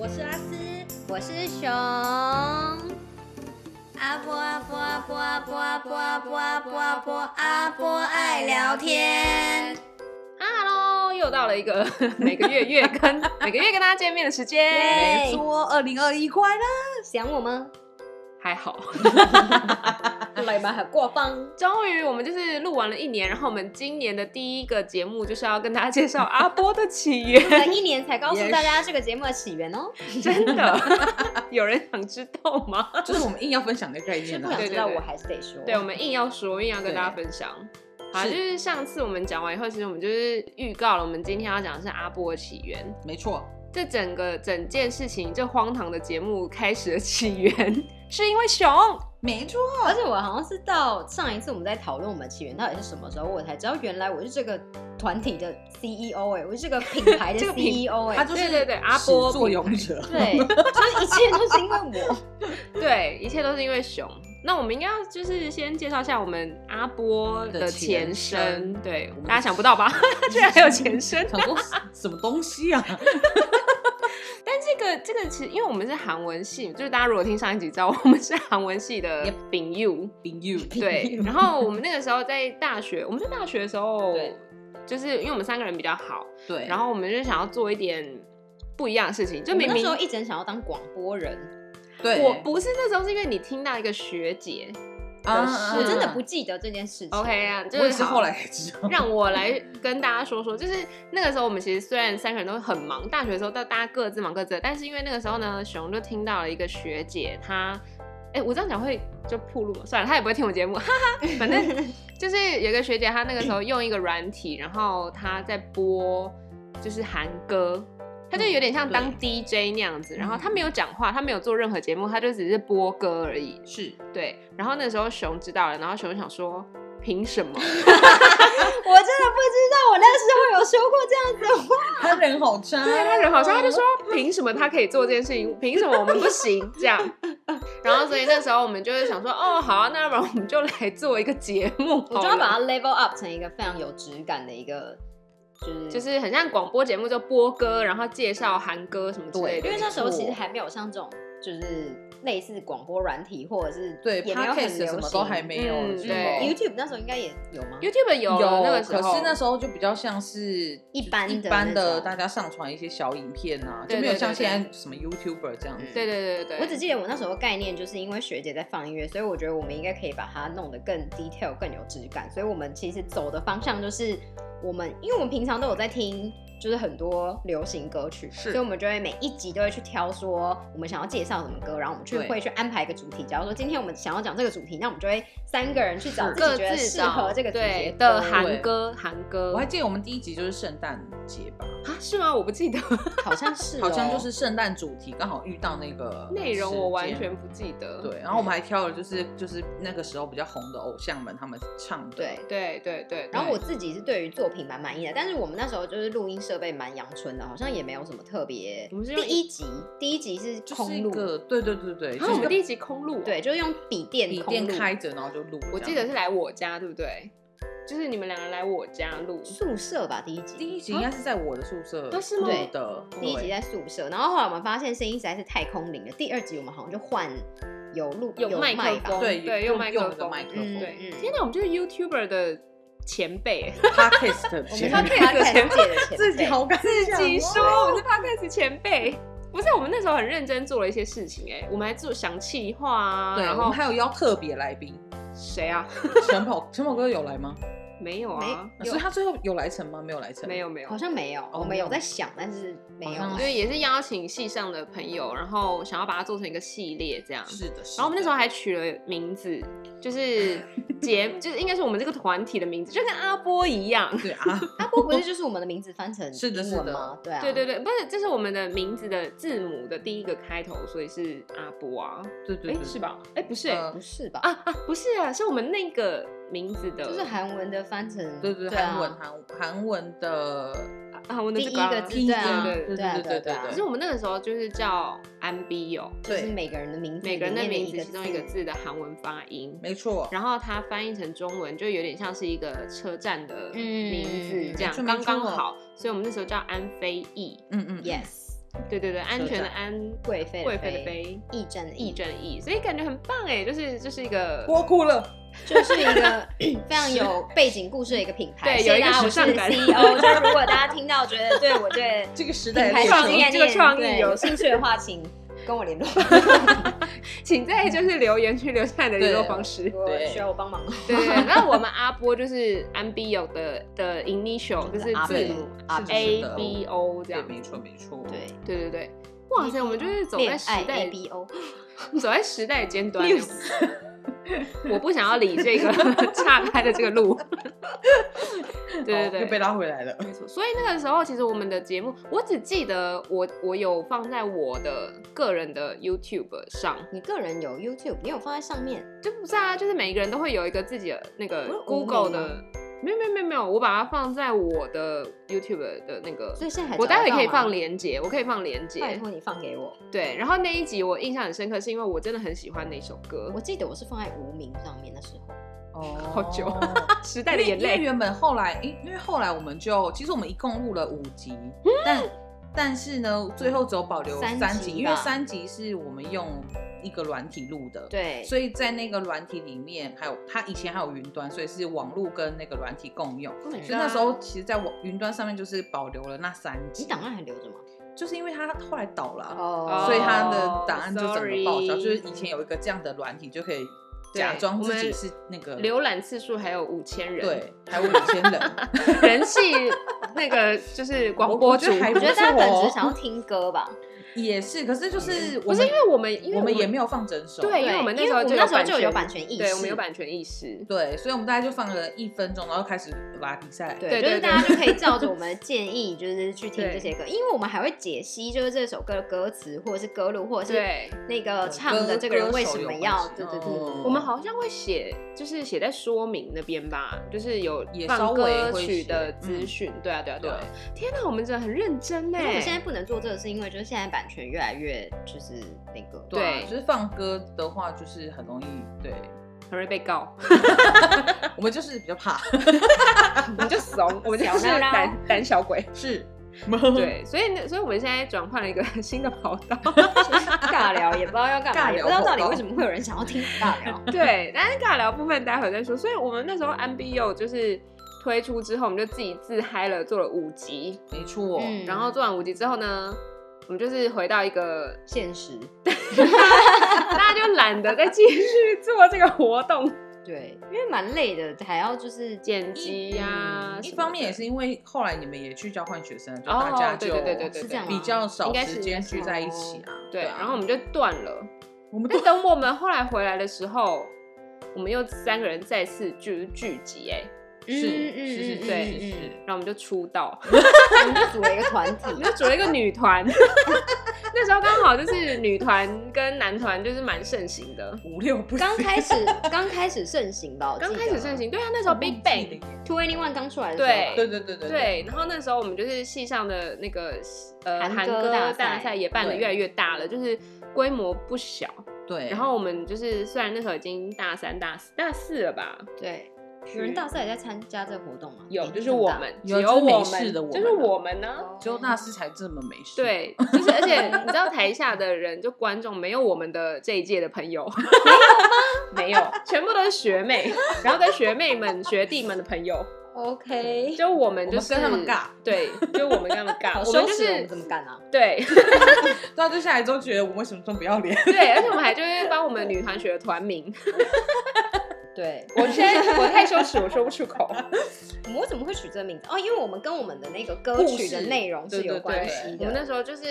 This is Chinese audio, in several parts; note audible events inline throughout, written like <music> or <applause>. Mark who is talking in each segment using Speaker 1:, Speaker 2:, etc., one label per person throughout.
Speaker 1: 我是阿斯，
Speaker 2: 我是熊。阿
Speaker 1: 阿波阿波阿波阿波阿波阿波阿波阿波阿波爱聊天。
Speaker 2: 喽，啊又到了一个每个月月跟每个月跟大家见面的时间，
Speaker 1: 耶
Speaker 3: 没错，二零二一快乐！
Speaker 1: 想我吗？
Speaker 2: 还好。
Speaker 1: 来吧，很过分。
Speaker 2: 终于，我们就是录完了一年，然后我们今年的第一个节目就是要跟大家介绍阿波的起
Speaker 1: <laughs>
Speaker 2: 源，
Speaker 1: 我一年才告诉大家这个节目的起源哦，
Speaker 2: 真的，有人想知道吗？
Speaker 3: 就是我们硬要分享的概念
Speaker 1: 不
Speaker 3: 啊
Speaker 1: 想
Speaker 2: 对
Speaker 1: 知道我还是得说。
Speaker 2: 对，我们硬要说，硬要跟大家分享。好，就是上次我们讲完以后，其实我们就是预告了，我们今天要讲的是阿波的起源。
Speaker 3: 没错，
Speaker 2: 这整个整件事情，这荒唐的节目开始的起源 <laughs> 是因为熊，
Speaker 3: 没错，
Speaker 1: 而且我好像是到上一次我们在讨论我们起源到底是什么时候，我才知道原来我是这个团体的 CEO 哎、我是这个品牌的
Speaker 2: 这个品
Speaker 1: CEO 哎、
Speaker 3: 他就是
Speaker 2: 对对对阿波
Speaker 3: 始作俑者，
Speaker 1: 对，就是一切都是因为我。
Speaker 2: 对，一切都是因为熊。那我们应该要就是先介绍一下我们阿波的
Speaker 3: 的前
Speaker 2: 前身，
Speaker 3: 身
Speaker 2: 对
Speaker 3: 我，们
Speaker 2: 大家想不到吧？ <laughs> 居然还有前身。
Speaker 3: 想说什么东西啊？ <laughs>
Speaker 2: 但这个这个其实，因为我们是韩文系，就是大家如果听上一集知道，我们是韩文系的
Speaker 3: Yep
Speaker 2: 丙 U，
Speaker 3: 冰 you
Speaker 2: 对。然后我们那个时候在大学，我们在大学的时候
Speaker 3: 对，
Speaker 2: 就是因为我们三个人比较好，
Speaker 3: 对，
Speaker 2: 然后我们就想要做一点不一样的事情，就
Speaker 1: 我
Speaker 2: 明
Speaker 1: 那
Speaker 2: 明
Speaker 1: 时候一直很想要当广播人，
Speaker 3: 对，
Speaker 2: 我不是那时候是因为你听到一个学姐
Speaker 3: 啊
Speaker 2: 是
Speaker 1: 我真的不，记得这件事情。
Speaker 2: ，OK 啊，就
Speaker 3: 我也是
Speaker 2: 好
Speaker 3: 后来才知
Speaker 2: <laughs>
Speaker 3: 道，
Speaker 2: 让我来跟大家说说，就是那个时候我们其实虽然三个人都很忙，大学的时候大大家各自忙各自的，但是因为那个时候呢，熊就听到了一个学姐，她，哎、我这样讲会就铺路嘛，算了，她也不会听我节目，哈哈，反正就是有一个学姐，她那个时候用一个软体，然后她在播就是韩歌。她就有点像当
Speaker 3: 嗯
Speaker 2: DJ 那样子，然后她没有讲话，她没有做任何节目，她就只是播歌而已。
Speaker 3: 是
Speaker 2: 对，然后那时候熊知道了，然后熊想说，凭什么？
Speaker 1: 我真的不知道我那时候有说过这样子的话。
Speaker 3: 他人好差，
Speaker 2: 对他人好像他就说，
Speaker 1: 嗯
Speaker 2: 凭什么他可以做这件事情，凭什么我们不行？这
Speaker 1: <laughs>
Speaker 2: 样，然后所以那时候我们就会想说，哦，好、啊，那要不然我们就来做一个节目好了，
Speaker 1: 我就要把它 level up 成一个非常有质感的一个，就是
Speaker 2: 就是很像广播节目，就播歌，然后介绍韩歌什么之类的。
Speaker 1: 因为那时候其实
Speaker 3: 我
Speaker 1: 还没有像这种就是类似广播软体，或者是
Speaker 3: 对
Speaker 1: 也没有很
Speaker 3: podcast 什
Speaker 1: 流
Speaker 3: 么
Speaker 1: 行，
Speaker 3: 都还没有
Speaker 2: 嗯
Speaker 3: 的时候，
Speaker 2: 对
Speaker 1: YouTube 那时候应该也有吗？
Speaker 2: YouTube 有了那个时候，
Speaker 3: 可是那时候就比较像是
Speaker 1: 一般的
Speaker 3: 一般
Speaker 1: 那
Speaker 3: 的，
Speaker 1: 种
Speaker 3: 大家上传一些小影片啊，
Speaker 2: 对
Speaker 3: 就没有
Speaker 2: 对
Speaker 3: 像
Speaker 2: 对对嗯
Speaker 3: 现在什么 YouTuber 这样子。
Speaker 2: 对对对对，
Speaker 1: 我只记得我那时候的概念，就是因为学姐在放音乐，所以我觉得我们应该可以把它弄得更 detail、更有质感。所以我们其实走的方向就是我们，因为我们平常都有在听，就是很多流行歌曲，所
Speaker 3: 是
Speaker 1: 以我们就会每一集都会去挑说我们想要介绍什么歌，然后我们去
Speaker 3: 对
Speaker 1: 会去安排一个主题。假如说今天我们想要讲这个主题，那我们就会三个人去找
Speaker 3: 是
Speaker 1: 自己
Speaker 2: 各
Speaker 1: 觉得
Speaker 2: 自
Speaker 1: 适
Speaker 2: 找
Speaker 1: 合这个主题
Speaker 2: 对
Speaker 1: 歌
Speaker 2: 的韩歌，韩歌
Speaker 3: 我还记得我们第一集就是圣诞节吧，
Speaker 2: 啊是吗？我不
Speaker 1: <laughs>
Speaker 2: 记得
Speaker 1: 好像是、
Speaker 3: <laughs>
Speaker 1: 哦
Speaker 3: 好像就。是圣诞主题，刚好遇到那个
Speaker 2: 内容，我完
Speaker 3: 时间
Speaker 2: 全不记得。
Speaker 3: 对。然后我们还挑了就是就是那个时候比较红的偶像们他们唱的，
Speaker 1: 对，
Speaker 2: 对对对，
Speaker 1: 然后我自己是对于作品蛮满意的，但是我们那时候就是录音设备蛮阳春的，好像也没有什么特别。
Speaker 2: 我们是
Speaker 1: 第
Speaker 2: 用
Speaker 1: 一集，第一集是
Speaker 3: 就是
Speaker 1: 空
Speaker 3: 一
Speaker 1: 录，
Speaker 3: 个对对对对，
Speaker 2: 然
Speaker 3: 就
Speaker 2: 后啊
Speaker 3: 是
Speaker 2: 我
Speaker 3: 一
Speaker 2: 们
Speaker 3: 个
Speaker 2: 第一集空录、
Speaker 1: 对，就是用笔电
Speaker 3: 笔
Speaker 1: 空
Speaker 3: 电
Speaker 1: 录
Speaker 3: 开着，然后就录。
Speaker 2: 我记
Speaker 3: 这
Speaker 2: 得
Speaker 3: 样
Speaker 2: 是来我家，对不对？就是你们两个来我家录，
Speaker 1: 宿舍吧，第一集。
Speaker 3: 第一集应该是在我的宿舍
Speaker 2: 啊是吗
Speaker 3: 录的，
Speaker 1: 第一集在宿舍，然后后来我们发现声音实在是太空灵了。第二集我们好像就换有录
Speaker 2: 有麦
Speaker 1: 麦
Speaker 2: 克
Speaker 1: 吧
Speaker 2: 风，
Speaker 3: 对
Speaker 2: <laughs> 对
Speaker 3: 用
Speaker 2: 麦克
Speaker 3: 用
Speaker 2: 风
Speaker 3: 那个麦克
Speaker 1: 嗯
Speaker 3: 风
Speaker 2: 对，
Speaker 1: 嗯
Speaker 2: 天哪，我们就是 YouTuber 的前辈，
Speaker 1: 我们算 podcast 界
Speaker 2: 前辈
Speaker 3: ，podcast 节目
Speaker 1: 的前辈
Speaker 3: <laughs> 自己好敢
Speaker 2: 自
Speaker 3: 讲
Speaker 2: 己欸
Speaker 3: 哦
Speaker 2: 说我们是 Podcast 前辈。不是，我们那时候很认真做了一些事情、哎，我们还做想气话啊，
Speaker 3: 对，
Speaker 2: 然
Speaker 3: 我们
Speaker 2: 后
Speaker 3: 还有邀特别来宾， <laughs>
Speaker 2: 谁啊？
Speaker 3: 陈宝陈宝哥有来吗？
Speaker 2: 没有啊，
Speaker 3: 啊所以他最后有来成吗？没有来成，
Speaker 2: 没有没有
Speaker 1: 好，像没有，
Speaker 3: 哦
Speaker 1: 我们
Speaker 3: 没有
Speaker 1: 有在想，但是没有啊
Speaker 3: 好像
Speaker 1: 来。
Speaker 2: 因为也是邀请系上的朋友，然后想要把它做成一个系列这样。
Speaker 3: 是的，是的。
Speaker 2: 然后我们那时候还取了名字，就是节， <laughs> 就是应该是我们这个团体的名字，就跟阿波一样。
Speaker 3: 对啊，
Speaker 1: 阿波不是就是我们的名字翻成
Speaker 3: 是的
Speaker 1: 英文
Speaker 3: 是的
Speaker 1: 吗？对啊，
Speaker 2: 对对对，不是，这是我们的名字的字母的第一个开头，所以是阿波啊，
Speaker 3: 对对
Speaker 2: 哎、
Speaker 3: 对，
Speaker 2: 是？吧？哎、不是、哎
Speaker 3: 呃
Speaker 1: 不是吧？
Speaker 2: 啊啊，不是啊，是我们那个名字的，
Speaker 1: 就是韩文的翻成
Speaker 3: 对对，
Speaker 1: 对
Speaker 3: 对，
Speaker 1: 啊
Speaker 3: 韩文韩韩文的
Speaker 2: 啊，我们的
Speaker 1: 第
Speaker 2: 这
Speaker 1: 一
Speaker 2: 个啊、
Speaker 1: 个
Speaker 3: 第
Speaker 1: 字，
Speaker 3: 一
Speaker 1: 对
Speaker 3: 个
Speaker 1: 啊，
Speaker 2: 对
Speaker 1: 对啊
Speaker 3: 对对
Speaker 1: 对啊
Speaker 3: 对
Speaker 1: 对啊
Speaker 3: 对
Speaker 2: 可
Speaker 3: 对
Speaker 2: 是我们那个时候就是叫安 B 友，
Speaker 1: 就是
Speaker 3: 对
Speaker 1: 每个人的名字，
Speaker 2: 每个人
Speaker 1: 的
Speaker 2: 的名字
Speaker 1: 字
Speaker 2: 其中一个字的韩文发音，
Speaker 3: 没错，
Speaker 2: 然后它翻译成中文就有点像是一个车站的
Speaker 1: 嗯
Speaker 2: 名字这
Speaker 3: 没错
Speaker 2: 样，
Speaker 3: 没
Speaker 2: 刚刚
Speaker 3: 错
Speaker 2: 好，所以我们那时候叫安飞翼。
Speaker 3: 嗯嗯嗯
Speaker 1: ，yes，
Speaker 2: 对对对，安全
Speaker 3: 车
Speaker 2: 的
Speaker 3: 站
Speaker 2: 安，
Speaker 1: 贵妃
Speaker 2: 贵妃的妃，
Speaker 1: 义正的
Speaker 2: 义 <laughs>
Speaker 1: 义，
Speaker 2: 正义，所以感觉很棒哎，就是就是一个
Speaker 3: 我哭了。
Speaker 1: 就是一个 <clears throat> 非常有背景故事的一个品牌。
Speaker 2: 对
Speaker 1: 谢谢
Speaker 2: 有一个
Speaker 1: 大家
Speaker 2: 时
Speaker 1: 我是
Speaker 2: 尚感
Speaker 1: CEO，就是如果大家听到觉得对我
Speaker 2: <laughs>
Speaker 1: 对
Speaker 3: 这个时代
Speaker 1: 品
Speaker 3: 的
Speaker 1: 牌
Speaker 3: 列
Speaker 2: 创
Speaker 1: 事
Speaker 2: 意
Speaker 1: 业
Speaker 2: 这个
Speaker 1: 链
Speaker 2: 创意
Speaker 1: 对
Speaker 2: 有
Speaker 1: 有兴趣的话，请跟我联络。
Speaker 2: 请在就是留言区留下你的联络方式
Speaker 1: 如。果
Speaker 3: 对
Speaker 1: 需要我帮忙，
Speaker 2: 对，那我们阿波就是安 B 友的的 initial 就
Speaker 1: 就是是阿
Speaker 2: 字
Speaker 1: 波
Speaker 2: 母
Speaker 1: 阿
Speaker 3: 啊是的
Speaker 2: 啊 A
Speaker 3: 是的
Speaker 2: B O 这
Speaker 3: 对，
Speaker 2: 样。
Speaker 3: 没错没错。
Speaker 1: 对，
Speaker 2: 对对对，哇塞，我们就是走在
Speaker 1: 恋
Speaker 2: 时
Speaker 1: 爱
Speaker 2: 代
Speaker 1: A，B O，
Speaker 2: 走在时代尖端。
Speaker 3: <laughs> 六
Speaker 2: 我不想要理
Speaker 1: <laughs>
Speaker 2: 这个岔开的这个路。 <laughs> 对对
Speaker 3: 哦又被
Speaker 2: 对。
Speaker 3: 拉回来了。
Speaker 2: 没错所以那个时候，其实我们的节目，我只记得我我有放在我的个人的 YouTube 上，
Speaker 1: 你个人有 YouTube，你有放在上面，
Speaker 2: 就不是啊，就是每一个人都会有一个自己的那
Speaker 1: 不是
Speaker 2: 个
Speaker 1: 无
Speaker 2: Google
Speaker 1: 名吗
Speaker 2: 的，没有没有没有没有，我把它放在我的 YouTube 的那个，
Speaker 1: 所以现在还
Speaker 2: 我待会
Speaker 1: 找
Speaker 2: 可
Speaker 1: 得
Speaker 2: 以
Speaker 1: 到
Speaker 2: 放
Speaker 1: 吗，
Speaker 2: 连接，我可以放连
Speaker 1: 拜
Speaker 2: 接，
Speaker 1: 托你放给我。
Speaker 2: 对。然后那一集我印象很深刻，是因为我真的很喜欢那首歌
Speaker 1: 我，记得我是放在无名上面的时候，
Speaker 3: 哦
Speaker 2: 好
Speaker 3: <laughs>
Speaker 2: 久时代
Speaker 3: 因
Speaker 2: 的
Speaker 3: 为
Speaker 2: 眼
Speaker 3: 因为
Speaker 2: 泪，
Speaker 3: 原本后来，因因为后来我们就，其实我们一共录了五集，
Speaker 2: 嗯
Speaker 3: 但但是呢，最后只有保留
Speaker 1: 三
Speaker 3: 三
Speaker 1: 集
Speaker 3: 集，因为
Speaker 1: 吧
Speaker 3: 三集是我们用一个软体录的，，
Speaker 1: 对
Speaker 3: 所以在那个软体里面，还有它以前还有云端，所以是网络跟那个软体共用。
Speaker 2: Oh my god
Speaker 3: 所以那时候其实，在网云端上面就是保留了那三
Speaker 1: 你
Speaker 3: 集，
Speaker 1: 档案还留着吗？
Speaker 3: 就是因为它后来倒了啊，
Speaker 1: 哦
Speaker 3: 所以它
Speaker 2: 哦
Speaker 3: 的档案就整个报销。
Speaker 2: sorry
Speaker 3: 就是以前有一个这样的软体，就可以
Speaker 2: 对
Speaker 3: 假装自
Speaker 2: 我
Speaker 3: 己
Speaker 2: 们
Speaker 3: 是那个
Speaker 2: 浏览次数还有五千人，
Speaker 3: 对，还有五千人。
Speaker 2: <laughs> 人气那个就是广播主
Speaker 3: 我觉。得还
Speaker 1: 我觉得大家
Speaker 3: 不错哦
Speaker 1: 本质想要听歌 <laughs> 吧，
Speaker 3: 也是，可是就是我
Speaker 2: 嗯不是因为我们，因为
Speaker 3: 我们也没有放整首，
Speaker 2: 对因为我们那时候
Speaker 1: 因
Speaker 2: 就
Speaker 1: 为
Speaker 2: 有
Speaker 1: 我们那时候
Speaker 2: 版
Speaker 1: 就有
Speaker 2: 权
Speaker 1: 版权意识，
Speaker 2: 对，我们有版权意识。
Speaker 3: 对，所以我们大概就放了一分钟，然后开始拉比赛。
Speaker 1: 对，
Speaker 2: 对
Speaker 1: 就
Speaker 2: 对
Speaker 1: 是大家就可以照 <laughs> 着我们的建议，就是去听
Speaker 2: 对
Speaker 1: 这些歌，因为我们还会解析，就是这首歌的歌词，或者是歌路，或者是
Speaker 2: 对，
Speaker 1: 那个
Speaker 3: 歌
Speaker 1: 唱的这个人为什么要，
Speaker 3: 歌
Speaker 1: 对
Speaker 3: 手
Speaker 1: 对
Speaker 3: 有关系
Speaker 1: 对，
Speaker 3: 哦
Speaker 2: 我们好像会写，就是写在说明那边吧，就是有
Speaker 3: 也
Speaker 2: 放
Speaker 3: 稍微
Speaker 2: 歌
Speaker 3: 会
Speaker 2: 曲
Speaker 3: 写
Speaker 2: 的
Speaker 3: 嗯
Speaker 2: 资讯。对啊，对啊，对啊
Speaker 3: 对。
Speaker 2: 天哪，我们真的很认真呢
Speaker 1: 可。是哎我们现在不能做这个，是因为就是现在版权越来越就是那个，
Speaker 3: 对啊
Speaker 2: 对
Speaker 3: 就是放歌的话，就是很容易，
Speaker 2: <laughs>
Speaker 3: 对
Speaker 2: 很容易被告，
Speaker 3: 我们就是比较怕，
Speaker 2: 我们就怂， <laughs> 我们就
Speaker 1: 小
Speaker 2: 是
Speaker 1: 闹闹
Speaker 2: 胆胆小鬼。
Speaker 3: 是，
Speaker 2: <laughs> 对，所以呢，所以我们现在转换了一个新的跑道。
Speaker 1: 尬聊也不知道要干嘛，
Speaker 3: 尬聊
Speaker 1: 也不知道到底
Speaker 3: 广告
Speaker 1: 为什么会有人想要听尬 <laughs> 聊。
Speaker 2: 对，但是尬聊部分待会再说。所以我们那时候 M B U 就是推出之后，我们就自己自嗨了，做了五集。
Speaker 3: 没错，
Speaker 1: 嗯
Speaker 2: 然后做完五集之后呢，我们就是回到一个
Speaker 1: 现实，
Speaker 2: 大家就懒得再继续做这个活动，
Speaker 1: 对，因为蛮累的，还要就是
Speaker 2: 剪辑呀、
Speaker 3: 嗯一方面也是因为后来你们也去交换学生，就大家
Speaker 2: 哦对
Speaker 3: 就
Speaker 2: 对对对对
Speaker 1: 是这样吗啊
Speaker 3: 比较
Speaker 2: 应
Speaker 3: 少
Speaker 2: 该是哦
Speaker 3: 时间聚在一起啊，
Speaker 2: 对，
Speaker 3: 啊
Speaker 2: 然后我们就断了。
Speaker 3: 我们
Speaker 2: 那
Speaker 3: 都
Speaker 2: 等我们后来回来的时候，我们又三个人再次聚聚集、哎，
Speaker 1: 嗯嗯
Speaker 3: 是
Speaker 1: 嗯
Speaker 3: 是是
Speaker 1: 嗯
Speaker 3: 是
Speaker 1: 嗯
Speaker 3: 是
Speaker 1: 嗯
Speaker 2: 然后我们就出道，
Speaker 1: 我们就组了一个团体
Speaker 2: 我，们就组了一个女团。 <laughs> 那时候刚好就是女团跟男团就是蛮盛行的，
Speaker 3: 五六不
Speaker 1: 刚
Speaker 3: 行
Speaker 1: 开始刚开始盛行吧，我记
Speaker 2: 刚
Speaker 1: 得
Speaker 2: 开始盛行。对啊，
Speaker 3: <laughs>
Speaker 2: 那时候 Big Bang
Speaker 1: Two Any One 刚出来的时候吧，
Speaker 2: 对
Speaker 3: 对对对对
Speaker 2: 对，然后那时候我们就是系上的那个呃
Speaker 1: 韩
Speaker 2: 韩
Speaker 1: 歌
Speaker 2: 歌
Speaker 1: 大
Speaker 2: 大
Speaker 1: 赛
Speaker 2: 赛也办的
Speaker 3: 对
Speaker 2: 越来越大了，就是规模不小。
Speaker 3: 对，
Speaker 2: 然后我们就是虽然那时候已经大三、大四、大四了吧，
Speaker 1: 对，有人大赛也在参加这个活动吗？
Speaker 2: 有
Speaker 1: 年纪
Speaker 2: 就是
Speaker 1: 这么
Speaker 2: 我
Speaker 1: 大
Speaker 2: 们，只
Speaker 3: 有就是
Speaker 2: 我
Speaker 3: 没事
Speaker 2: 们，
Speaker 3: 的我
Speaker 2: 就
Speaker 3: 们
Speaker 2: 是
Speaker 3: 啊
Speaker 2: 我们呢。
Speaker 1: 哦
Speaker 3: 只有大师才这么没事，
Speaker 2: 对，就是而且你知道台下的人，就观众没有我们的这一届的朋
Speaker 1: <laughs>
Speaker 2: 友，没有吗？没有，全部都是学妹，然后跟学妹们、学弟们的朋友，
Speaker 1: OK，
Speaker 2: 就我们就
Speaker 3: 我
Speaker 2: 是
Speaker 3: 们跟他们尬，
Speaker 2: 对，就我们跟他们尬，
Speaker 1: 好
Speaker 2: 我们
Speaker 1: 羞
Speaker 2: 就
Speaker 1: 耻，我
Speaker 2: 是
Speaker 1: 们怎么干啊？
Speaker 2: 对
Speaker 3: 到就下来之后觉得我为什么这么不要
Speaker 2: <laughs>
Speaker 3: 脸？
Speaker 2: 对，而且我们还就是帮我们女团学的团名，
Speaker 1: <laughs> 对，
Speaker 2: 我现在我太羞耻，我说不出口。
Speaker 1: 我们为什么会取这个名字？哦，因为我们跟我们的那个歌曲的内容是有关系
Speaker 2: <laughs> 我们那
Speaker 1: 的。
Speaker 2: 时候就是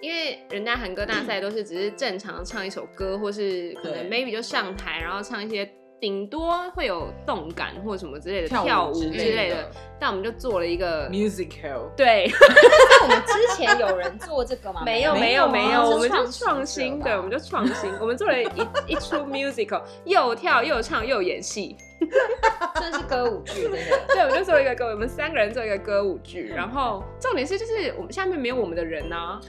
Speaker 2: 因为人家韩歌大赛都是只是正常唱一首歌，或是可能
Speaker 3: 对
Speaker 2: maybe 就上台，然后唱一些顶多会有动感或什么之类的
Speaker 3: 跳舞
Speaker 2: 之
Speaker 3: 之
Speaker 2: 类
Speaker 3: 类
Speaker 2: 的
Speaker 3: 的。
Speaker 2: 但我们就做了一个
Speaker 3: musical，
Speaker 2: <laughs> 对，
Speaker 1: <laughs> 那我们之前有人做这个吗？
Speaker 2: 没有
Speaker 1: <laughs> 没
Speaker 2: 没有没
Speaker 1: 没
Speaker 2: 有，
Speaker 1: 啊
Speaker 2: 我们就
Speaker 1: 创
Speaker 2: 创新，
Speaker 1: 者吧
Speaker 2: 对，我们就创新，我们做了一一出 musical，又跳又唱又演戏，
Speaker 1: <laughs> 真的是歌舞剧，真 <laughs> 的。
Speaker 2: <laughs> 对，我们就做一个歌，我们三个人做一个歌舞剧，然后重点是就是我们下面没有我们的人
Speaker 3: <laughs>
Speaker 2: 啊，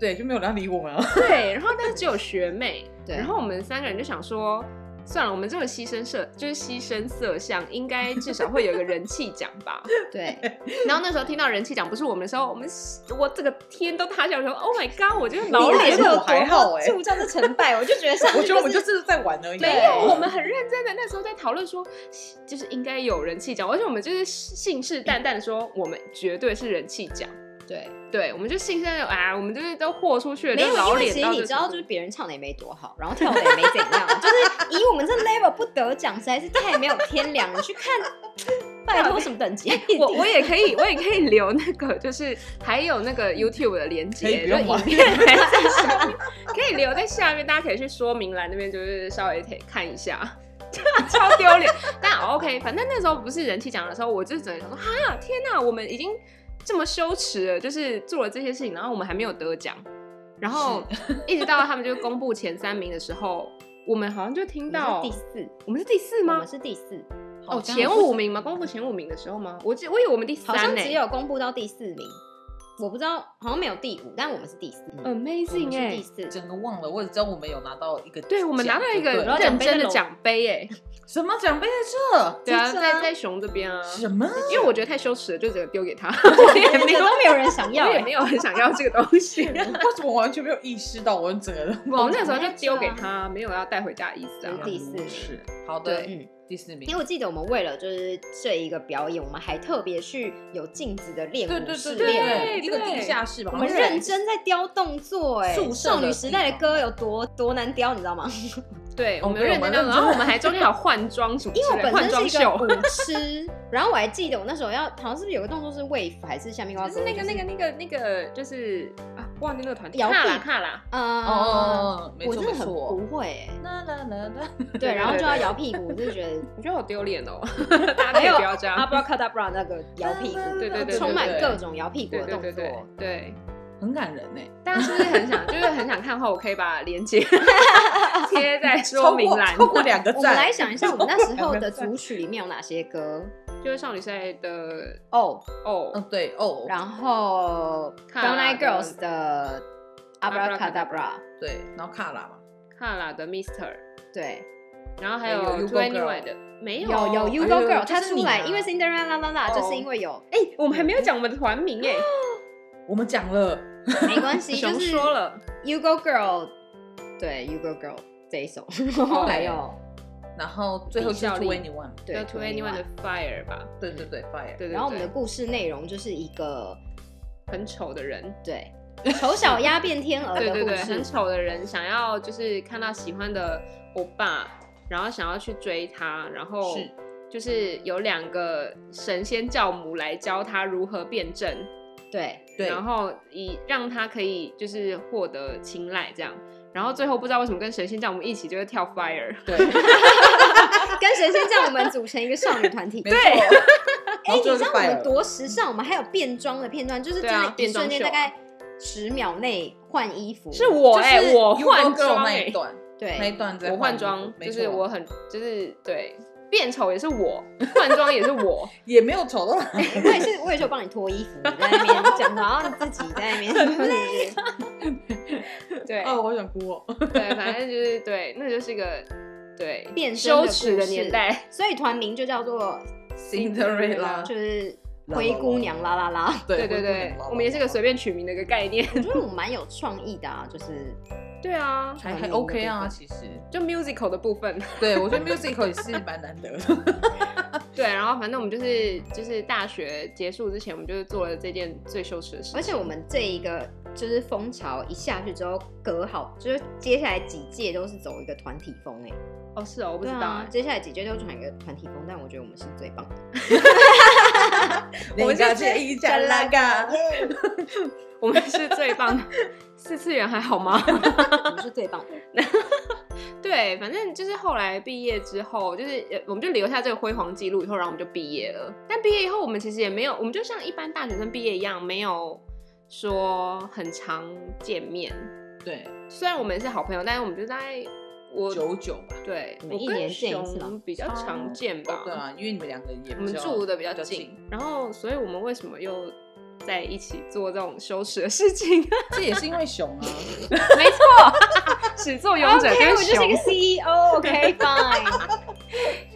Speaker 3: 对，就没有人要理我们啊。
Speaker 2: 对，然后但是只有学妹，
Speaker 1: 对
Speaker 2: 然后我们三个人就想说，算了，我们这么牺牲色，就是牺牲色相，应该至少会有一个人气奖
Speaker 3: <laughs>
Speaker 2: 吧。
Speaker 1: 对，
Speaker 2: 然后那时候听到人气奖不是我们的时候，我们我这个天都塌下来，我说 Oh my god！我就是老
Speaker 3: 你
Speaker 2: 脸
Speaker 3: 脸
Speaker 1: 是
Speaker 3: 是
Speaker 1: 有
Speaker 3: 有
Speaker 1: 多
Speaker 3: 多
Speaker 2: 哎
Speaker 3: 么
Speaker 1: 铸造这成败，我就觉得上
Speaker 3: 我觉得我们就是在玩而已。啊
Speaker 2: 没有，我们很认真的那时候在讨论说，就是应该有人气奖，而且我们就是信誓旦旦的说，我们绝对是人气奖。
Speaker 1: 对，
Speaker 2: 对，我们就信誓旦旦啊，我们就是都豁出去了，
Speaker 1: 没
Speaker 2: 就老
Speaker 1: 有，因为
Speaker 2: 脸
Speaker 1: 其
Speaker 2: 到
Speaker 1: 实你
Speaker 2: 这
Speaker 1: 知道，
Speaker 2: 程
Speaker 1: 就
Speaker 2: 度
Speaker 1: 是别人唱的也没多好，然后跳的也没怎样，就是以我们这 level 不得奖，实在是太没有天良。你去
Speaker 2: <laughs>
Speaker 1: 看，拜托什么等级？
Speaker 2: 我我也
Speaker 1: <laughs>
Speaker 2: 可以，我也可以留那个，就是还有那个 YouTube 的连
Speaker 3: 可以
Speaker 2: 接，
Speaker 3: 不
Speaker 2: 就
Speaker 3: 用吗
Speaker 2: 影片还在下面，可以留在下面，大家可以去说明栏那边，就是稍微可以看一下。 <laughs> 超丢脸，但 OK，反正那时候不是人气奖的时候，我就整个想说，哈，天哪，我们已经这么羞耻了，就是做了这些事情，然后我们还没有得奖，然后一直到他们就公布前三名的时候，我们好像
Speaker 1: <laughs>
Speaker 2: 就听到
Speaker 1: 我们是第四，
Speaker 2: 我们是第四
Speaker 1: 我
Speaker 2: 吗
Speaker 1: 们？是第四，
Speaker 2: 哦，前五名吗？公布前五名的时候吗？我记，我以为我们第三欸
Speaker 1: 好
Speaker 2: 呢、
Speaker 1: 像只有公布到第四名，我不知道，好像没有第五，但我们是第四，我
Speaker 2: amazing
Speaker 1: 们
Speaker 2: 哎、
Speaker 1: 是第四。
Speaker 3: 整个忘了，我只知道我们有拿到一个奖，
Speaker 2: 对我们拿到一个
Speaker 3: 对
Speaker 1: 然后
Speaker 2: 认
Speaker 1: 奖杯
Speaker 2: 真
Speaker 1: 在
Speaker 2: 的
Speaker 1: 楼
Speaker 2: 奖杯哎、 <laughs>
Speaker 3: 什么奖杯在这？
Speaker 2: 对啊，
Speaker 3: 这
Speaker 2: 在在熊这边啊，
Speaker 3: 什么？
Speaker 2: 因为我觉得太羞耻了，就直接丢给 <laughs> 他，我也没有，
Speaker 1: 都没有人想要、
Speaker 2: 我也
Speaker 1: 欸，
Speaker 2: 没有很想要这个东 <laughs> 西。
Speaker 3: 为什么我完全没有意识到？我整个人
Speaker 2: 我们那时候就丢给他，没有要带回家的意思啊
Speaker 1: 是。 <laughs> 第四名
Speaker 3: 嗯是好的，
Speaker 2: 对，
Speaker 1: 嗯，
Speaker 3: 第四名
Speaker 1: 因为。我记得我们为了就是这一个表演，我们还特别去有镜子的练
Speaker 3: 对
Speaker 1: 舞
Speaker 3: 对
Speaker 1: 室
Speaker 3: 对
Speaker 1: 练舞，
Speaker 3: 对，一个地下室吧，
Speaker 1: 我们认真在雕动作哎、
Speaker 3: 宿舍的
Speaker 1: 少女时代的歌有多多难雕，你知道吗？
Speaker 2: 对，我们
Speaker 3: 哦对
Speaker 2: 认真
Speaker 3: 我们
Speaker 2: 的，
Speaker 3: 认真
Speaker 2: 然后我们还中间还有换装什么之
Speaker 1: 因为我
Speaker 2: 类的，换
Speaker 1: 本身是
Speaker 2: 装
Speaker 1: 一个
Speaker 2: 秀，
Speaker 1: 舞痴，然后我还记得我那时候要好像是不是有个动作是 wave 还是下面
Speaker 2: 就
Speaker 1: 要
Speaker 2: 是那个那个那个那个就是啊，忘记那个团体，
Speaker 1: 摇
Speaker 2: 卡啦
Speaker 1: 臂
Speaker 2: 卡啦，
Speaker 1: 呃，
Speaker 3: 哦，没
Speaker 1: 我
Speaker 3: 错
Speaker 1: 真的
Speaker 3: 没
Speaker 1: 很
Speaker 3: 错
Speaker 1: 不。会
Speaker 2: <laughs>
Speaker 1: 欸、
Speaker 3: 啦啦啦啦，
Speaker 1: 对，
Speaker 2: 对
Speaker 1: 然后
Speaker 2: 对
Speaker 1: 就要
Speaker 2: 对
Speaker 1: 摇屁股，我就觉
Speaker 2: <laughs>
Speaker 1: 得
Speaker 2: 我觉得好丢脸哦，大家可以不要这样。
Speaker 1: abracadabra 那个摇屁股，
Speaker 2: 对对对对
Speaker 1: 充满
Speaker 3: 对
Speaker 1: 各种摇屁股
Speaker 2: 对
Speaker 1: 的
Speaker 2: 对
Speaker 1: 动
Speaker 2: 对
Speaker 1: 作
Speaker 2: 对。对，
Speaker 3: 很感人呢。
Speaker 2: 大家是不是很想，就是很想看后，我可以把
Speaker 1: <laughs>
Speaker 2: 链接贴在说
Speaker 3: 超
Speaker 2: 明
Speaker 3: 过
Speaker 2: 栏。
Speaker 3: 超过两个
Speaker 1: 我们
Speaker 3: 赞，
Speaker 1: 来想一下，我们那时候的
Speaker 3: 赞
Speaker 1: 组曲里面有哪些歌？
Speaker 2: 就是少女时代的
Speaker 1: 哦，
Speaker 2: <laughs> 哦，啊
Speaker 3: 嗯对哦，
Speaker 1: 然后 b
Speaker 2: 卡
Speaker 1: r o w n Eyed
Speaker 2: 的
Speaker 1: Girls 的 Abracadabra，
Speaker 3: 对，然后卡拉嘛，
Speaker 2: 卡拉的 Mister，
Speaker 1: 对，
Speaker 2: 然后还
Speaker 1: 哎
Speaker 3: 还有
Speaker 2: 有
Speaker 3: You
Speaker 2: t
Speaker 3: Go
Speaker 2: w e n t
Speaker 3: Girl
Speaker 2: One 的，没
Speaker 1: 有有 You
Speaker 3: 哎
Speaker 1: Go
Speaker 3: 呦
Speaker 1: Girl，
Speaker 3: 就
Speaker 1: 它
Speaker 3: 是
Speaker 1: 出
Speaker 3: 你
Speaker 1: 来，
Speaker 3: 啊
Speaker 1: 因为 Cinderella 啦啦啦，
Speaker 3: 哦
Speaker 1: 就是因为有，
Speaker 2: 哎，我们还没有讲我们的团名哎，
Speaker 3: 我们讲了，
Speaker 1: 哎没关
Speaker 2: <laughs>
Speaker 1: 系，就
Speaker 2: 熊
Speaker 1: 是
Speaker 2: 说了，
Speaker 1: You Go Girl，对 You Go Girl 这一首， <laughs> 还有
Speaker 3: 然后最后是
Speaker 2: 效力
Speaker 3: Two Any One，
Speaker 1: 对
Speaker 2: t w e n t One 的 Fire 吧，
Speaker 3: 对对对，Fire，
Speaker 2: 对对。
Speaker 1: 然后我们
Speaker 2: 对
Speaker 1: 的故事内容就是一个
Speaker 2: 很丑的人，
Speaker 1: 对丑小鸭变天
Speaker 3: 呃
Speaker 1: 鹅
Speaker 2: 对
Speaker 1: 的
Speaker 2: 对
Speaker 1: 故
Speaker 2: 对，很
Speaker 1: 事，
Speaker 2: 丑的人想要就是看到喜欢的欧巴，然后想要去追他，然后
Speaker 3: 是
Speaker 2: 就是有两个神仙教母来教他如何辩证，
Speaker 1: 对
Speaker 3: 对，
Speaker 2: 然后以让他可以就是获得青睐这样。然后最后不知道为什么跟神仙教母一起就会跳 fire，
Speaker 3: 对，
Speaker 1: 跟神仙这样我们组成一个少女团体，
Speaker 3: 没错，
Speaker 1: 哎、
Speaker 3: 然后
Speaker 1: 你
Speaker 3: 最后
Speaker 1: 知道
Speaker 3: 就
Speaker 1: 我们
Speaker 3: fire 了，
Speaker 1: 多时尚？我们还有变装的片段，就是真
Speaker 2: 对啊
Speaker 1: 的，一
Speaker 2: 变装
Speaker 1: 瞬间
Speaker 2: 秀
Speaker 1: 大
Speaker 2: 啊
Speaker 1: 概十秒内换衣服。
Speaker 2: 是我
Speaker 3: <laughs> 就是
Speaker 2: 哎、我
Speaker 3: You Go
Speaker 2: 换
Speaker 3: Girl
Speaker 2: 装
Speaker 3: 那
Speaker 2: 哎、
Speaker 3: 一段，那一
Speaker 1: 对，
Speaker 3: 段在
Speaker 2: 我换
Speaker 3: 衣服
Speaker 2: 装，
Speaker 3: 没
Speaker 2: 就是
Speaker 3: 错
Speaker 2: 我很就是对变丑也是我，换装也是
Speaker 3: <laughs>
Speaker 2: 我，
Speaker 3: 也没有丑到哪里，
Speaker 1: 我也是，我也是有帮你脱衣服，你在那边讲，然后你自己在那边，就是
Speaker 2: 对
Speaker 3: 哦，我想哭哦，
Speaker 2: 对，反正就是对，那就是一个对
Speaker 1: 变身的
Speaker 2: 羞耻
Speaker 1: 故
Speaker 2: 的
Speaker 1: 事
Speaker 2: 年代。
Speaker 1: 所以团名就叫做
Speaker 3: Cinderella
Speaker 1: 就是灰姑娘啦啦啦。
Speaker 2: 对对对，我们也是个随便取名的一个概念。
Speaker 1: <laughs>
Speaker 2: <laughs>
Speaker 1: 我觉得我们蛮有创意的啊，就是
Speaker 2: 对啊，
Speaker 3: 还还 OK 啊，其实，
Speaker 2: 就 musical 的部分。 <laughs>
Speaker 3: 对我觉得 musical 也是蛮难得的，
Speaker 2: 对，然后反正我们就是就是大学结束之前，我们就是做了这件最羞耻的事情。
Speaker 1: 而且我们这一个就是风潮一下去之后，隔好就是接下来几届都是走一个团体风哎、
Speaker 2: 哦是哦，我不
Speaker 1: 对
Speaker 2: 知道
Speaker 1: 啊
Speaker 2: 哎，。
Speaker 1: 接下来几届都转一个团体风，但我觉得我们是最棒的。
Speaker 3: 我
Speaker 1: 们就是
Speaker 3: 一家拉嘎，
Speaker 2: <laughs> 我们是最棒的， <laughs> 四次元还好吗？
Speaker 1: <laughs> 我们是最棒的。
Speaker 2: <laughs> 对，反正就是后来毕业之后，就是呃我们就留下这个辉煌记录以后，然后我们就毕业了。但毕业以后，我们其实也没有，我们就像一般大学生毕业一样，没有说很常见面。
Speaker 3: 对，
Speaker 2: 虽然我们是好朋友，但是我们就在我
Speaker 3: 九九吧，
Speaker 2: 对
Speaker 1: 你们
Speaker 2: 我
Speaker 1: 一
Speaker 2: 跟
Speaker 1: 年见一次吗
Speaker 2: 熊比较常见吧，
Speaker 3: 对啊，因为你们两个也
Speaker 2: 我们
Speaker 3: 比较
Speaker 2: 住的比较
Speaker 3: 比较
Speaker 2: 近
Speaker 3: 近，
Speaker 2: 然后所以我们为什么又在一起做这种羞耻的事情。 <laughs>
Speaker 3: 这也是因为熊啊，
Speaker 2: 没错， <laughs> 始作俑者
Speaker 1: OK，
Speaker 2: 跟
Speaker 1: 我就是一
Speaker 2: 熊
Speaker 1: 个 E
Speaker 2: <laughs>
Speaker 1: CEO，OK，fine。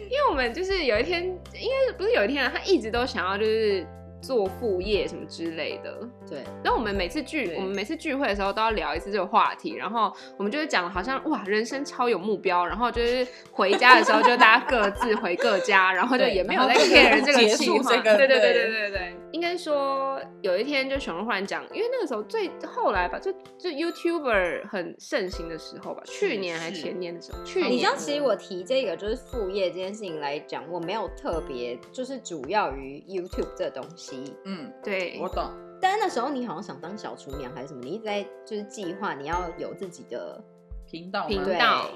Speaker 2: 因为我们就是有一天，应该是不是有一天啊，他一直都想要就是做副业什么之类的。
Speaker 1: 对，
Speaker 2: 然后我们每次聚，
Speaker 1: 对
Speaker 2: 我们每次聚会的时候都要聊一次这个话题，然后我们就会讲得好像哇，人生超有目标，然后就是回家的时候就大家各自回各家，然后就
Speaker 3: 对
Speaker 2: 也没有
Speaker 3: 然
Speaker 2: 在
Speaker 3: 后就 <laughs>
Speaker 2: care 这个
Speaker 3: 结
Speaker 2: 计
Speaker 3: 束
Speaker 2: 划。
Speaker 3: 这个
Speaker 2: 对对对
Speaker 3: 对
Speaker 2: 对对对，应该说有一天就熊荣忽然讲，因为那个时候最后来吧，就就 YouTuber 很盛行的时候吧，去年还
Speaker 3: 是
Speaker 2: 前年的时候，去年
Speaker 1: 你知道，其实我提这个就是副业这件事情来讲，我没有特别就是主要于 YouTube 这东西。
Speaker 2: <laughs>
Speaker 3: 嗯，
Speaker 2: 对
Speaker 3: 我懂，
Speaker 1: 但那时候你好像想当小厨娘还是什么，你一直在就是计划你要有自己的，
Speaker 3: 频道吗
Speaker 2: 频
Speaker 1: 对
Speaker 2: 道。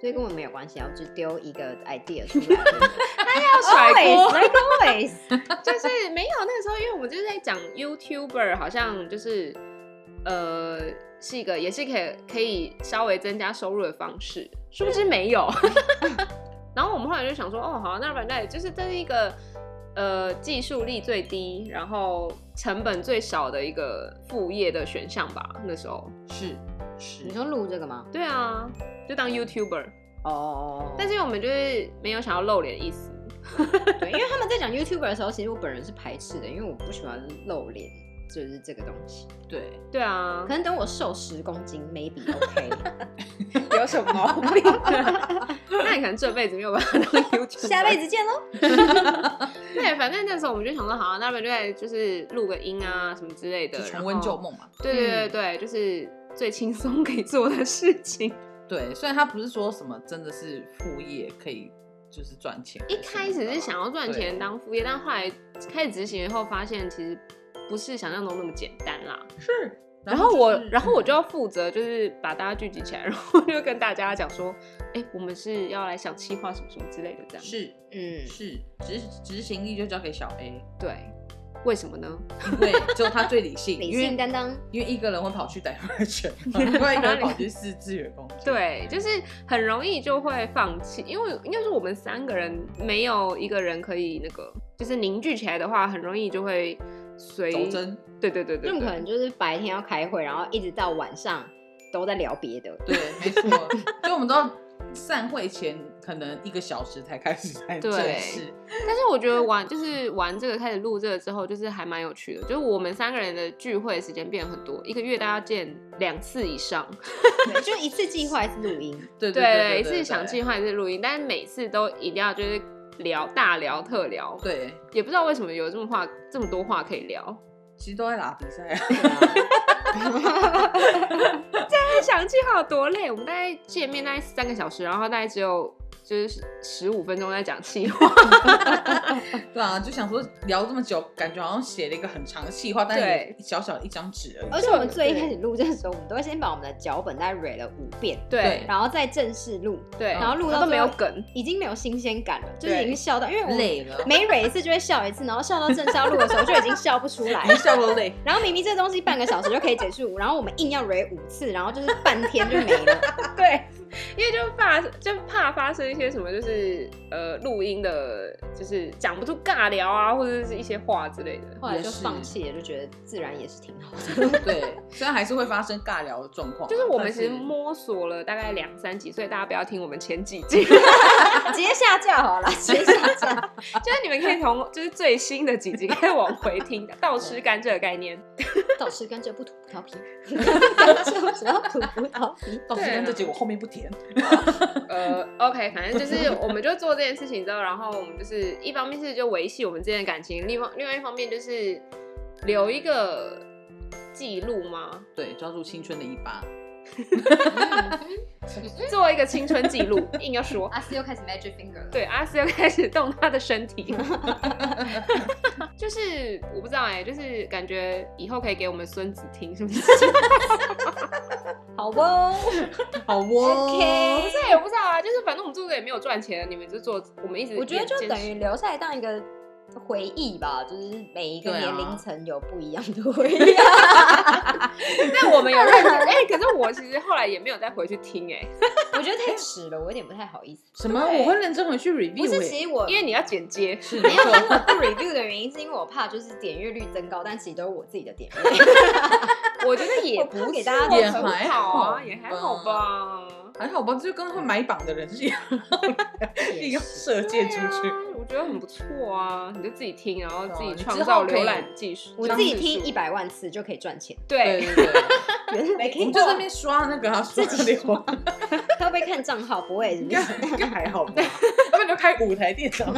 Speaker 1: 所以跟我没有关系啊，我只丢一个 idea 出来。
Speaker 2: 要甩
Speaker 1: always
Speaker 2: 锅，
Speaker 1: like always，
Speaker 2: 就是没有那个时候，因为我们就是在讲 YouTuber，好像就是呃是一个也是可以可以稍微增加收入的方式，殊不知没有。然后我们后来就想说，哦，好，那反正就是这是一个呃技术力最低，然后成本最少的一个副业的选项吧。那时候，
Speaker 3: 是是，
Speaker 1: 你说录这个吗？
Speaker 2: 对啊，就当 YouTuber，
Speaker 1: 哦，
Speaker 2: 但是因为我们就是没有想要露脸的意思。
Speaker 1: 对，因为他们在讲 YouTuber 的时候，其实我本人是排斥的，因为我不喜欢露脸，就是这个东西。
Speaker 3: 对，
Speaker 2: 对啊
Speaker 1: 可，能等我瘦十公斤，maybe OK。
Speaker 3: 有什么毛病？
Speaker 2: 那你可能这辈子没有办法当 YouTuber，
Speaker 1: 下辈子见喽。
Speaker 2: 对，反正那时候我们就想说，好、啊，那不就来就是录个音啊什么之类的
Speaker 3: 就，重温旧
Speaker 2: 梦。
Speaker 3: 梦嘛。
Speaker 2: 对
Speaker 1: 嗯
Speaker 2: 对对对，就是最轻松可以做的事情。
Speaker 3: 对，虽然他不是说什么真的是副业可以就是赚钱，
Speaker 2: 一开始是想要赚钱当副业，但后来开始执行以后，发现其实不是想象中那么简单啦。
Speaker 3: 是，
Speaker 2: 然后我，
Speaker 3: 是嗯
Speaker 2: 然后我就要负责，就是把大家聚集起来，然后就跟大家讲说，哎，我们是要来想企划什么什么之类的，这样。
Speaker 3: 是
Speaker 1: 嗯，
Speaker 3: 是执执行力就交给小 A，
Speaker 2: 对，为什么呢？
Speaker 3: 因为就他最理性，
Speaker 1: 理
Speaker 3: 因为
Speaker 1: 性担当。
Speaker 3: 因为一个人会跑去 diversion，另 <laughs> 外一个人跑去四资源工作。
Speaker 2: <laughs> 对，就是很容易就会放弃，因为应该说我们三个人没有一个人可以那个，就是凝聚起来的话，很容易就会随
Speaker 3: 走针，
Speaker 2: 对对对对
Speaker 1: 他们可
Speaker 2: 对
Speaker 1: 能就是白天要开会，然后一直到晚上都在聊别的。
Speaker 3: 对，没
Speaker 2: <laughs>
Speaker 3: 错，就我们知道散会前可能一个小时才开始才
Speaker 2: 对
Speaker 3: 正式，
Speaker 2: 但是我觉得玩就是玩这个开始录这个之后，就是还蛮有趣的，就是我们三个人的聚会时间变很多，一个月大家见两次以上，
Speaker 1: 对，就一次计划一次录音。
Speaker 3: 对
Speaker 2: 对
Speaker 3: 对，
Speaker 2: 一次想计
Speaker 3: 划，
Speaker 2: 划一次录音，但是每次都一定要就是聊大聊特聊，
Speaker 3: 对，
Speaker 2: 也不知道为什么有这么话这么多话可以聊。
Speaker 3: 其实都在打比赛 <laughs> 啊，
Speaker 1: 对啊
Speaker 2: 想计划有多累，我们大概见面大概三个小时，然后大概只有就是十五分钟在讲计划。
Speaker 3: 对啊，就想说聊这么久，感觉好像写了一个很长的计划，但是
Speaker 2: 对
Speaker 3: 也小小的一张纸而已。
Speaker 1: 而且我们最一开始录这的时候，我们都会先把我们的脚本大概蕊了五遍，
Speaker 2: 对
Speaker 1: 然后再正式录，
Speaker 2: 对，
Speaker 1: 然后录到
Speaker 2: 都没有
Speaker 1: 最后
Speaker 2: 梗，
Speaker 1: 已经没有新鲜感了，就是
Speaker 2: 对
Speaker 1: 已经笑到，因为我
Speaker 2: 哦
Speaker 1: 们
Speaker 3: 累了，
Speaker 1: 每蕊一次就会笑一次，然后笑到正式要录的时候就已经笑不出来了。 <laughs>
Speaker 3: 笑都累。
Speaker 1: 然后明明这东西半个小时就可以结束，然后我们硬要蕊五次，然后就是半天就没了。
Speaker 2: <laughs>
Speaker 1: <laughs>
Speaker 2: 对，因为就怕就怕发生一些什么，就是呃录音的，就是讲不出尬聊啊，或者是一些话之类的。
Speaker 1: 后来
Speaker 3: 也
Speaker 1: 就是放弃了，就觉得自然也是挺好的。
Speaker 3: <laughs> 对，虽然还是会发生尬聊的状况啊，
Speaker 2: 就是我们
Speaker 3: 但
Speaker 2: 其实摸索了大概两三集，所以大家不要听我们前几集，就
Speaker 1: 直接下架好了，直接下 <laughs> 架。
Speaker 2: 是你们可以从就是最新的几集开始往回听，倒吃甘蔗的概念。
Speaker 1: 倒吃甘蔗不吐葡萄皮， <laughs> 甘蔗只要吐葡萄皮。
Speaker 3: 到时
Speaker 2: 对
Speaker 3: 间
Speaker 2: 啊
Speaker 3: 这结果后面不甜，
Speaker 2: 呃，OK，反正就是我们就做这件事情之后，然后我们就是一方面是就维系我们之间的感情，另外另外一方面就是留一个记录吗？
Speaker 3: 对，抓住青春的一把，
Speaker 2: 做一个青春记录， <laughs> 硬要说。
Speaker 1: 阿斯又开始 magic finger 了。
Speaker 2: 对，阿斯又开始动他的身体， <laughs> 就是我不知道哎、就是感觉以后可以给我们孙子听，是不是？ <laughs>
Speaker 1: 好哦。
Speaker 3: 好哦
Speaker 1: OK
Speaker 2: 不是，也不知道啊，就是反正我们做这个也没有赚钱，你们就做，我们一直
Speaker 1: 我觉得就
Speaker 2: 坚持
Speaker 1: 等于留下来当一个回忆吧，就是每一个
Speaker 3: 对啊
Speaker 1: 年龄层有不一样的 <laughs> 回忆、啊。
Speaker 2: <laughs> 但我们有认真哎、可是我其实后来也没有再回去听哎、
Speaker 1: 我觉得
Speaker 3: <laughs>
Speaker 1: 太迟了，我有点不太好意思。
Speaker 3: 什么？
Speaker 1: 对
Speaker 3: 我会认真回去
Speaker 1: 不
Speaker 3: review，
Speaker 1: 是，
Speaker 3: 欸
Speaker 1: 其实我
Speaker 2: 因为你要剪接，
Speaker 3: 是
Speaker 1: 没有，因为
Speaker 3: 错
Speaker 1: 我不 review 的原因是因为我怕就是点阅率增高，但其实都是我自己的点阅率。
Speaker 2: <laughs> 我觉得也
Speaker 1: 我
Speaker 2: 不
Speaker 1: 怕给
Speaker 2: 是
Speaker 1: 大家
Speaker 2: 也
Speaker 1: 造
Speaker 2: 很
Speaker 1: 成
Speaker 2: 好啊，也
Speaker 3: 也
Speaker 2: 还
Speaker 3: 还
Speaker 2: 好
Speaker 3: 好
Speaker 2: 吧
Speaker 3: 吧。还好吧，就跟会买榜的人是一样，利
Speaker 1: 也
Speaker 3: 用
Speaker 1: 是
Speaker 3: 射
Speaker 2: 对
Speaker 3: 箭出去。
Speaker 2: 啊，我觉得很不错啊，你就自己听，然后自己
Speaker 3: 哦
Speaker 2: 创
Speaker 3: 你之
Speaker 2: 造
Speaker 3: 后可以
Speaker 2: 浏览技术，
Speaker 1: 我
Speaker 2: 这样
Speaker 1: 自己
Speaker 2: 子
Speaker 1: 听
Speaker 2: 数
Speaker 1: 一百万次就可以赚钱，
Speaker 2: 对。
Speaker 3: 对对，
Speaker 1: 原来可
Speaker 3: <laughs> 我
Speaker 1: 以
Speaker 3: 们就在那边刷那个啊，刷流啊，
Speaker 1: 他会不会看账号？不会，是
Speaker 3: <laughs> 应
Speaker 1: 不
Speaker 3: 该
Speaker 1: 是？
Speaker 3: 应该还好吧？要不然你就开五台电脑，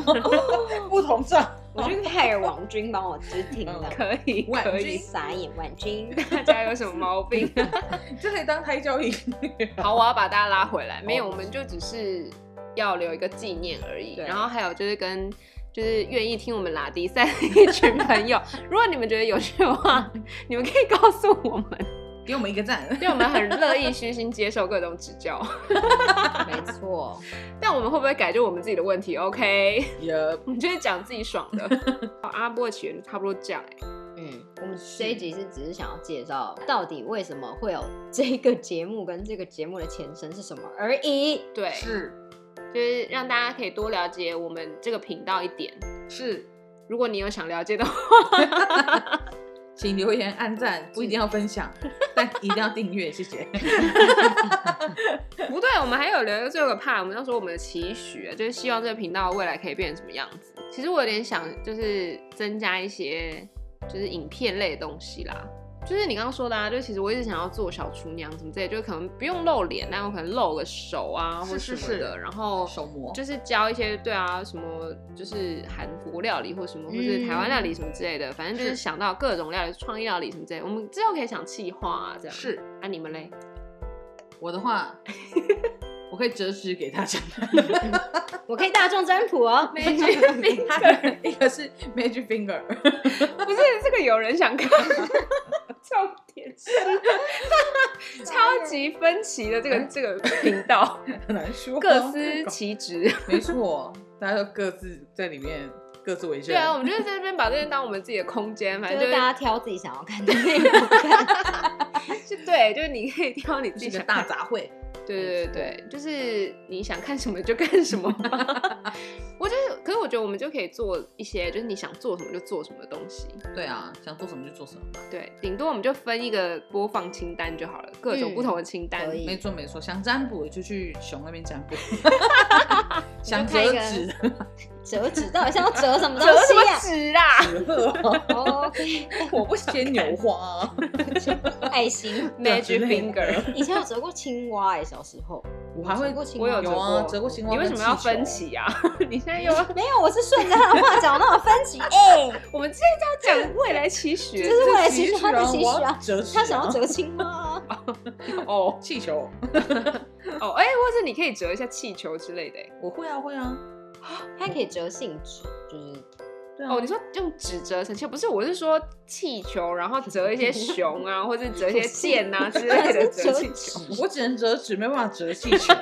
Speaker 3: 不同账。
Speaker 1: 我就害尔王军帮我就是听
Speaker 3: 嗯
Speaker 1: 的，
Speaker 2: 可以，
Speaker 3: 婉
Speaker 2: 可
Speaker 3: 君
Speaker 2: 以，
Speaker 1: 傻眼万军。
Speaker 2: 大家有什么毛 <laughs> 病？
Speaker 3: 你就可以当胎教营。
Speaker 2: 好，我要把大家拉回来。没有，
Speaker 3: 好
Speaker 2: 我们就只是要留一个纪念而已。
Speaker 1: 对
Speaker 2: 然后还有就是跟就是愿意听我们拉迪赛的一群朋友， <laughs> 如果你们觉得有趣的话， <laughs> 你们可以告诉我们，
Speaker 3: 给我们一个赞。
Speaker 2: 因为我们很乐意虚心接受各种指 <laughs> 教。
Speaker 1: 没错， <laughs>
Speaker 2: 但我们会不会改就我们自己的问题？OK，
Speaker 3: 也
Speaker 2: 我们就是讲自己爽的。
Speaker 3: <laughs>
Speaker 2: 好阿波的起源差不多这样、欸。
Speaker 1: 嗯，我们这一集是只是想要介绍到底为什么会有 <laughs> 这个节目跟这个节目的前身是什么而已。
Speaker 2: 对，
Speaker 3: 是
Speaker 2: 就是让大家可以多了解我们这个频道一点。
Speaker 3: 是，
Speaker 2: 如果你有想了解的话，
Speaker 3: 请留言、按赞，不一定要分享，但一定要订阅，谢谢。
Speaker 2: 不对，我们还有留一个最后一个 part，我们要说我们的期许，就是希望这个频道未来可以变成什么样子。其实我有点想，就是增加一些就是影片类的东西啦。就是你刚刚说的啊，就其实我一直想要做小厨娘什么之类，就可能不用露脸，但我可能露个手啊，或
Speaker 3: 是
Speaker 2: 什
Speaker 3: 是
Speaker 2: 么的，
Speaker 3: 是
Speaker 2: 然后
Speaker 3: 手模
Speaker 2: 就是教一些对啊，什么就是韩国料理或什么，或是台湾料理什么之类的，反正就是
Speaker 3: 嗯是
Speaker 2: 想到各种料理、创意料理什么之类的，我们之后可以想企划啊，这样
Speaker 3: 是
Speaker 2: 啊，你们
Speaker 3: <laughs>
Speaker 2: 嘞？
Speaker 3: 我的 <laughs> 话，我可以折纸给大家。
Speaker 1: 我可以大众占卜哦，
Speaker 2: 没去没
Speaker 3: 他的一个是 Magic Finger，
Speaker 2: 不是这个有人想看， <laughs> 重点 <laughs> 是超级分歧的这个这个频 <laughs> 道，
Speaker 3: 很难说，
Speaker 2: 各司其职。
Speaker 3: 没错，大家都各自在里面各自为政。
Speaker 2: <laughs> 对啊，我们就是在这边把这边当我们自己的空间，反
Speaker 1: <laughs> 就
Speaker 2: 正就是是
Speaker 1: 大家挑自己想要看的内容看。
Speaker 2: 就对，就是你可以挑你自
Speaker 3: 是
Speaker 2: 己
Speaker 3: 一个
Speaker 2: 想
Speaker 3: 大
Speaker 2: 看。
Speaker 3: 杂烩，
Speaker 2: 对对对，就是你想看什么就干什么吧。 <laughs> 我就是，可是我觉得我们就可以做一些，就是你想做什么就做什么的东西。
Speaker 3: 对啊，想做什么就做什么吧。
Speaker 2: 对，顶多我们就分一个播放清单就好了，各种
Speaker 1: 嗯
Speaker 2: 不同的清单。
Speaker 1: 可以
Speaker 3: 没错没错，想占卜就去熊那边占
Speaker 2: <laughs>
Speaker 3: 卜，
Speaker 1: 你
Speaker 3: 想
Speaker 1: 就看一
Speaker 3: 折
Speaker 1: 个
Speaker 3: 纸
Speaker 1: 折纸到底想要折什么东
Speaker 2: 折什
Speaker 1: 西
Speaker 2: 么纸啊？ <laughs>
Speaker 3: 纸鹤，
Speaker 1: 啊？OK，
Speaker 3: <laughs> 我不想牵牛花
Speaker 2: <laughs>
Speaker 3: 啊，
Speaker 1: 爱心。
Speaker 3: 之
Speaker 2: Magic
Speaker 3: 类
Speaker 2: Finger。
Speaker 1: 以前有折过青蛙哎、小时候
Speaker 3: 我还会
Speaker 1: 折过青
Speaker 2: 我
Speaker 1: 蛙吗，
Speaker 2: 有
Speaker 3: 有啊折过青蛙
Speaker 2: 你为什么要分
Speaker 3: 跟气
Speaker 2: 歧啊？ <laughs> 你现在又要，
Speaker 1: 没有，我是顺着他的话讲，那我分歧哎、
Speaker 2: 我们现在要讲未来 <laughs> 期许，
Speaker 1: 就是未来期
Speaker 3: 期
Speaker 1: 许
Speaker 3: 许
Speaker 1: 他的期许啊
Speaker 3: 我要折纸啊
Speaker 1: 他想要折青蛙、啊，
Speaker 2: 哦
Speaker 3: 气球，
Speaker 2: 哦，哎、或是你可以折一下气球之类的欸。
Speaker 3: 我会啊会啊，
Speaker 1: 它可以折信纸，就是
Speaker 3: 对啊，
Speaker 2: 哦，你说用纸折成气球，不是？我是说气球，然后折一些熊啊，或者折一些箭啊之类 <laughs> 的折气球。
Speaker 3: 我只能折纸，没办法折
Speaker 2: <laughs>
Speaker 3: 气球，
Speaker 2: 啊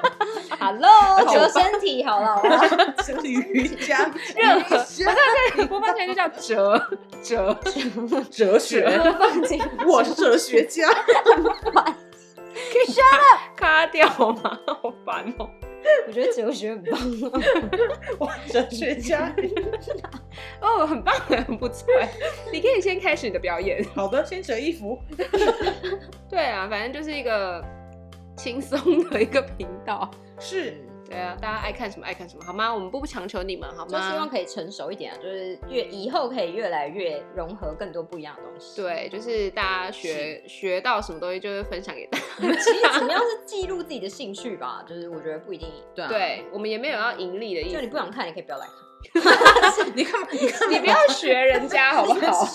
Speaker 1: Hello 折身体好了好吧，
Speaker 3: 折瑜伽，
Speaker 2: <laughs> 任何
Speaker 3: 瑜伽
Speaker 2: 我播放起来就叫折折，
Speaker 3: 哲
Speaker 1: <laughs>
Speaker 3: 学，
Speaker 1: 放进
Speaker 3: <laughs> 我是哲学家，
Speaker 2: 卡掉吗？好烦哦、
Speaker 1: 我觉得哲学很 <laughs> 棒、
Speaker 3: <laughs> 我是哲学 <laughs> 家。
Speaker 2: 哦，很棒，很不错欸。你可以先开始你的表演。
Speaker 3: 好的，先折衣服，
Speaker 2: 对啊，反正就是一个轻松的一个频道。
Speaker 3: 是
Speaker 2: 对啊，大家爱看什么爱看什么，好吗？我们不强求你们，好
Speaker 1: 嗯就
Speaker 2: 吗？
Speaker 1: 希望可以成熟一点啊，就是越
Speaker 2: 嗯
Speaker 1: 以后可以越来越融合更多不一样的东西。，
Speaker 2: 对，就是大家学学到什么东西，就是分享给大家。
Speaker 1: <laughs> 其实怎么样是记录自己的兴趣吧，就是我觉得不一定，
Speaker 3: 对啊，
Speaker 2: 对我们也没有要盈利的意
Speaker 1: 就
Speaker 2: 思，
Speaker 1: 你不想看，你可以不要来看。
Speaker 3: 你干嘛？你干嘛？
Speaker 2: <laughs> 你不要学人
Speaker 1: <laughs>
Speaker 2: 家好不好？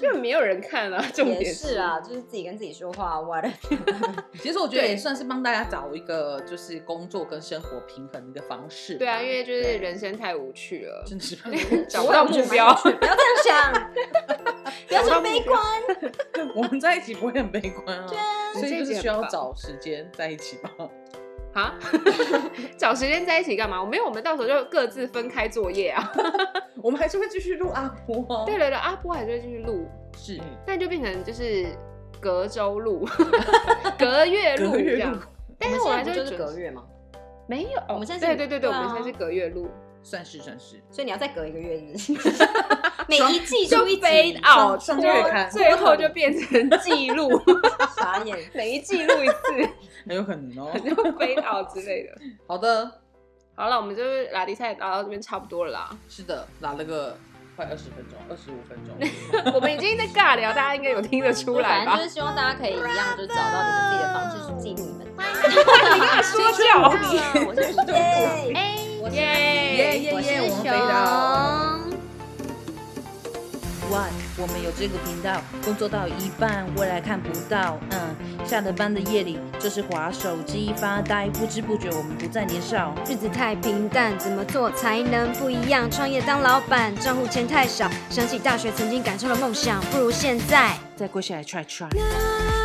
Speaker 2: 就没有人看啊，重
Speaker 1: 也
Speaker 2: 点
Speaker 1: 是啊，就是自己跟自己说话，what？
Speaker 3: 其实我觉得
Speaker 2: 对
Speaker 3: 也算是帮大家找一个就是工作跟生活平衡的一个方式吧。
Speaker 2: 对啊，因为就是
Speaker 3: 对
Speaker 2: 人生太无趣了，
Speaker 3: 真的是
Speaker 2: <laughs> 找不到
Speaker 3: <laughs>
Speaker 2: 目标，
Speaker 1: 不要这样想，
Speaker 2: <laughs>
Speaker 1: 不要这么悲观。
Speaker 3: 我们在一起不会很悲观啊，
Speaker 1: 对啊
Speaker 3: 所以就是需
Speaker 2: 我
Speaker 3: 要
Speaker 2: 们这一集很棒
Speaker 3: 找时间在一起吧。
Speaker 2: 啊， <laughs> 找时间在一起干嘛？我没有，我们到时候就各自分开作业啊。
Speaker 3: <laughs> 我们还是会继续录阿波哦。嗯
Speaker 2: 对，对对，阿波还是会继续录，
Speaker 3: 是
Speaker 2: 但就变成就是隔周录、隔月录
Speaker 3: 隔
Speaker 2: 这
Speaker 3: 月
Speaker 2: 样
Speaker 3: 录。
Speaker 2: 但是我
Speaker 1: 们
Speaker 2: 还
Speaker 1: 现在不
Speaker 2: 是
Speaker 1: 就是
Speaker 2: 会准
Speaker 1: 隔月吗？
Speaker 2: 没有，
Speaker 1: 我们现在
Speaker 2: 对
Speaker 1: 是
Speaker 2: 对对对，
Speaker 1: 对啊
Speaker 2: 我们现在是隔月录，
Speaker 3: 算是算是。
Speaker 1: 所以你要再隔一个月，是不是 <laughs> 每一季出一集
Speaker 2: fade
Speaker 3: 上
Speaker 2: out，
Speaker 3: 上
Speaker 2: 然后
Speaker 3: 月刊
Speaker 2: 最后就变成记录，
Speaker 1: <laughs>
Speaker 2: <laughs>
Speaker 1: 傻眼。
Speaker 2: 每一季录一次，
Speaker 3: 很有可能哦。
Speaker 2: 就 fade out 之类的。
Speaker 3: 好的，
Speaker 2: 好了，我们就是拉力赛打到这边差不多了啦。
Speaker 3: 是的，拉了个快二十分钟，二十五分 <laughs> 钟。
Speaker 2: 我们已经在尬聊，大家应该有听得 <laughs> 出
Speaker 1: 反
Speaker 2: 来
Speaker 1: 正
Speaker 2: 吧
Speaker 1: 就？是希望大家可以一样，就找到你们自己的方式去记录你们。
Speaker 2: <laughs> 你干嘛说教你？ <laughs>
Speaker 1: 我是
Speaker 3: 对
Speaker 1: DJ，哎，我是
Speaker 2: 耶
Speaker 3: 耶
Speaker 1: 我是
Speaker 3: 耶我们
Speaker 1: 熊
Speaker 3: 飞
Speaker 1: 哦
Speaker 3: 到。
Speaker 4: What？我们有这个频道，工作到一半，未来看不到。嗯，下了班的夜里，就是划手机发呆，不知不觉我们不再年少。
Speaker 5: 日子太平淡，怎么做才能不一样？创业当老板，账户钱太少。想起大学曾经感受的梦想，不如现在。
Speaker 4: 再跪下来 try try。
Speaker 5: 那